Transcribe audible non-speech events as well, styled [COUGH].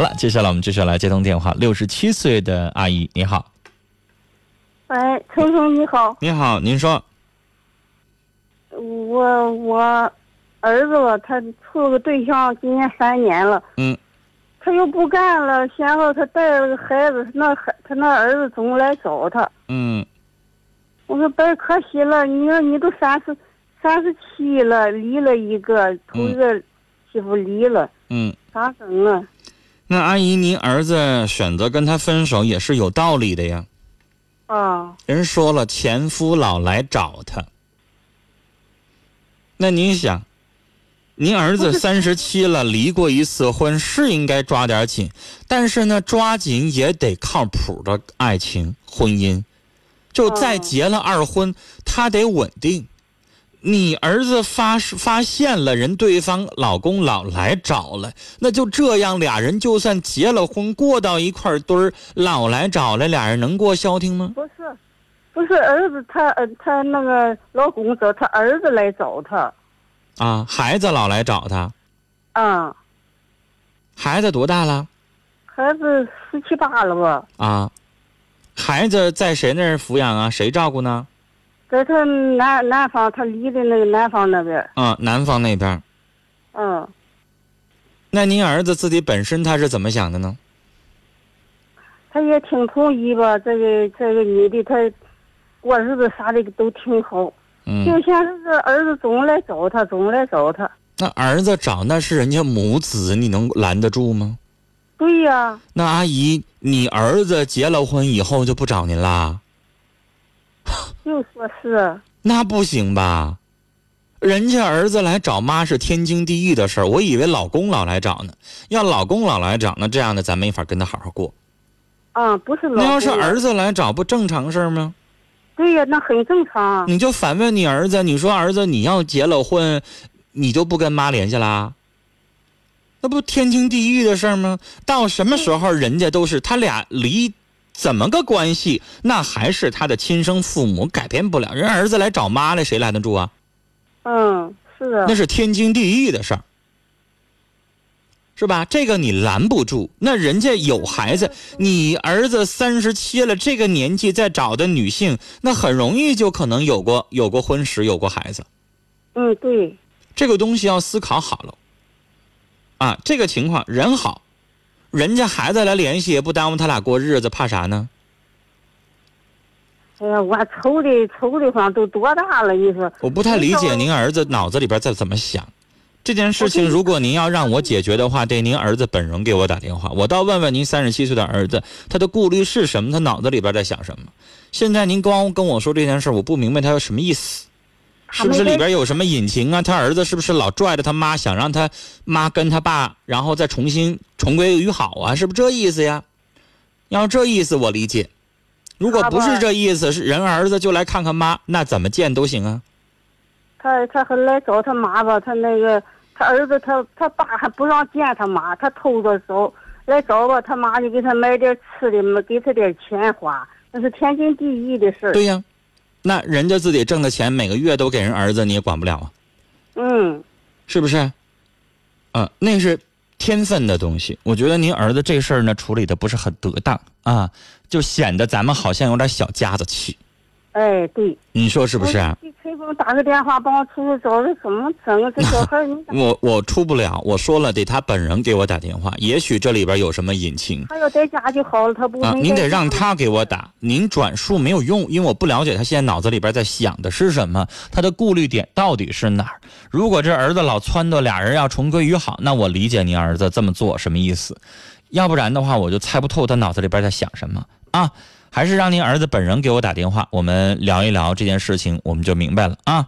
好了，接下来我们继续来接通电话。六十七岁的阿姨，你好，喂，聪聪哎你好，你好，您说，我我儿子吧，他处个对象，今年三年了，嗯，他又不干了，然后他带了个孩子，他那孩他那儿子总来找他，嗯我说白可惜了，你说你都三十三十七了，离了一个，头一个媳妇离了，嗯，咋整啊？那阿姨，您儿子选择跟他分手也是有道理的呀。啊，人说了，前夫老来找他。那您想，您儿子不是三十七了，离过一次婚，是应该抓点紧，但是呢，抓紧也得靠谱的爱情婚姻。就再嗯结了二婚，他得稳定。你儿子发发现了人对方老公老来找了，那就这样，俩人就算结了婚，过到一块儿堆儿，老来找来，俩人能过消停吗？不是，不是儿子他呃他那个老公找他儿子来找他，啊，孩子老来找他，啊，孩子多大了孩子十七八了吧。啊？孩子在谁那儿抚养啊？谁照顾呢？在他南南方，他离的那个南方那边儿，啊，男方那边儿。嗯，那您儿子自己本身他是怎么想的呢？他也挺同意吧。这个这个女的，她过日子啥的都挺好。嗯，就像是这儿子总来找他，总来找他。那儿子找那是人家母子，你能拦得住吗？对呀、那阿姨，你儿子结了婚以后就不找您啦？就说是，那不行吧？人家儿子来找妈是天经地义的事儿，我以为老公老来找呢。要老公老来找，那这样的咱没法跟他好好过。啊，不是老那公。要是儿，子来找，不正常事儿吗？对呀、那很正常。啊你就反问你儿子，你说儿子，你要结了婚，你就不跟妈联系啦？那不天经地义的事儿吗？到什么时候人家都是他俩离怎么个关系？那还是他的亲生父母改变不了。人儿子来找妈来，谁拦得住啊？嗯，是啊那，是天经地义的事儿，是吧？这个你拦不住。那人家有孩子，你儿子三十七了，这个年纪再找的女性，那很容易就可能有过有过婚史，有过孩子。嗯，对，这个东西要思考好了。啊，这个情况人好，人家孩子来联系也不耽误他俩过日子，怕啥呢？哎呀，我愁的愁的慌，都多大了？你说，我不太理没解有您儿子脑子里边在怎么想。这件事情，我跟你如果您要让我解决的话，得您儿子本人给我打电话，我倒问问您三十七岁的儿子，他的顾虑是什么，他脑子里边在想什么。现在您光跟我说这件事，我不明白他有什么意思，是不是里边有什么隐情啊？他儿子是不是老拽着他妈，想让他妈跟他爸，然后再重新重归于好啊？是不是这意思呀？要这意思我理解，如果他不吧是这意思，是人儿子就来看看妈，那怎么见都行啊。他他还来找他妈吧，他那个他儿子他他爸还不让见他妈，他偷着走来找吧，他妈就给他买点吃的，买给他点钱花，那是天经地义的事儿。对呀、那人家自己挣的钱每个月都给人儿子，你也管不了啊，嗯，是不是？啊、那是天分的东西。我觉得您儿子这事儿呢处理的不是很得当啊，就显得咱们好像有点小家子气，哎，对，你说是不是啊？我给崔峰打个电话，帮我出去找找怎么整，这小孩 [LAUGHS] 儿你咋我我出不了，我说了得他本人给我打电话，也许这里边有什么隐情他要在家就好了，他不啊。没您在得家让他给我打，您转述没有用，因为我不了解他现在脑子里边在想的是什么，他的顾虑点到底是哪儿。如果这儿子老撺掇俩人要重归于好，那我理解您儿子这么做什么意思，要不然的话我就猜不透他脑子里边在想什么啊。还是让您儿子本人给我打电话，我们聊一聊这件事情，我们就明白了啊。